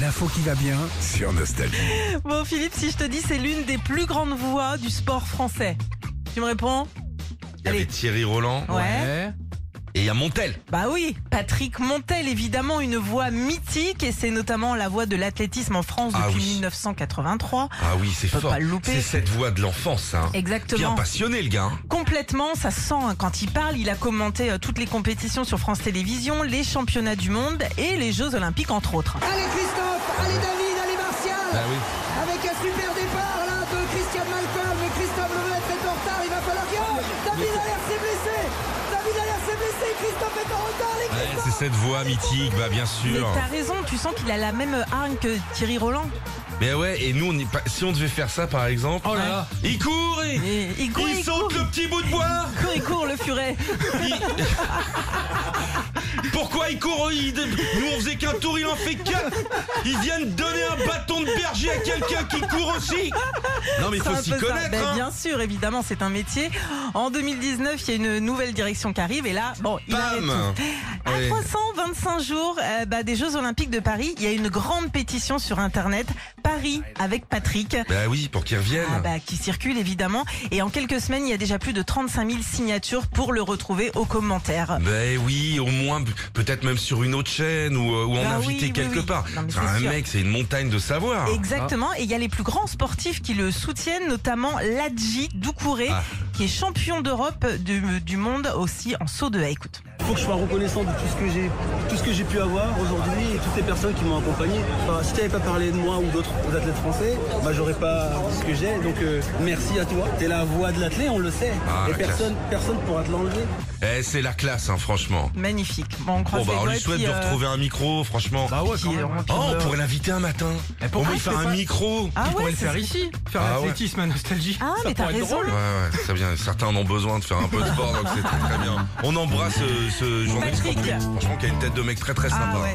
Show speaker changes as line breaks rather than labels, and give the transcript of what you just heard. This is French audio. L'info qui va bien sur Nostalgie.
Bon, Philippe, si je te dis c'est l'une des plus grandes voix du sport français, tu me réponds
Il y avait
Allez.
Thierry Roland
Ouais.
et il y a Montel.
Bah oui, Patrick Montel, évidemment, une voix mythique, et c'est notamment la voix de l'athlétisme en France
Ah
depuis
oui.
1983.
Ah oui, c'est
Faut
fort.
pas le louper.
C'est cette voix de l'enfance. Hein. Bien
Exactement.
passionné le gars. hein.
Complètement, ça sent hein, quand il parle. Il a commenté euh, toutes les compétitions sur France Télévisions, les championnats du monde et les Jeux Olympiques, entre autres.
Allez Christophe, allez David, allez Martial
Ah
Avec un super départ là de Christian Malcolm, mais Christophe le maître est en retard, il va falloir qu'il... Oh, David Allaire s'est blessé David Allaire s'est blessé, Christophe est en retard, les
Ouais,
Christophe
c'est cette voix mythique, bah bien
Mais
sûr.
t'as raison, tu sens qu'il a la même hargne que Thierry Roland.
Mais ouais, et nous, on y pa- si on devait faire ça par exemple,
Oh là là.
il court et...
Et il court,
Il
il court,
saute le petit bout de bois
il court, il court, le furet.
Pourquoi il court il- Nous on faisait qu'un tour, il en fait quatre Ils viennent donner un bâton de berger à quelqu'un qui court aussi Non mais il
C'est
faut
un
s'y
peu ça.
connaître
Ben,
hein.
Bien sûr, évidemment, c'est un métier. En 2019, il y a une nouvelle direction qui arrive et là, bon, il arrête
Bam
tout. À
Ouais.
325 jours euh, bah, des Jeux Olympiques de Paris, il y a une grande pétition sur Internet, Paris avec Patrick.
Bah oui, pour qu'ils reviennent.
Ah bah, qui circule évidemment et en quelques semaines il y a déjà plus de 35 000 signatures pour le retrouver aux commentaires.
Ben oui, au moins, peut-être même sur une autre chaîne ou, euh, ou en
Bah oui,
invité
oui,
quelque
oui.
part.
Non, mais
Enfin,
c'est
un
sûr.
mec, c'est une montagne de savoir.
Exactement, et il y a les plus grands sportifs qui le soutiennent, notamment Ladji Doucouré,
Ah.
qui est champion d'Europe du, du monde aussi en saut de haie. Écoute.
faut que je sois reconnaissant de tout ce que j'ai tout ce que j'ai pu avoir aujourd'hui et toutes les personnes qui m'ont accompagné. Enfin, si tu n'avais pas parlé de moi ou d'autres athlètes français, bah j'aurais pas ce que j'ai. Donc euh, merci à toi. T'es la voix de l'athlète, on le sait.
Ah,
et
la classe.
personne personne pourra te l'enlever.
Eh, c'est la classe, hein, franchement.
Magnifique. Bon, on
Bon,
croise
bah,
les
on
doigts
lui
et
souhaite
puis,
de
euh,
retrouver un micro, franchement.
Bah ouais, quand
Qui est
même.
en
Oh, on pourrait l'inviter un matin.
Mais
On
pourquoi
va lui
il
faire
fait
un
pas-
micro.
Ah
Il pourrait
ouais,
le
c'est
faire ici, faire
Ah ouais.
l'athlétisme à nostalgie.
Ah,
ça
mais t'as
pourrait être
raison.
drôle.
Ouais, ouais, très bien. Certains en ont besoin de faire un peu de sport, donc c'est très, très bien. On embrasse euh, ce journaliste.
Patrick.
sportif. Franchement, qui a une tête de mec très très
Ah
sympa.
ouais.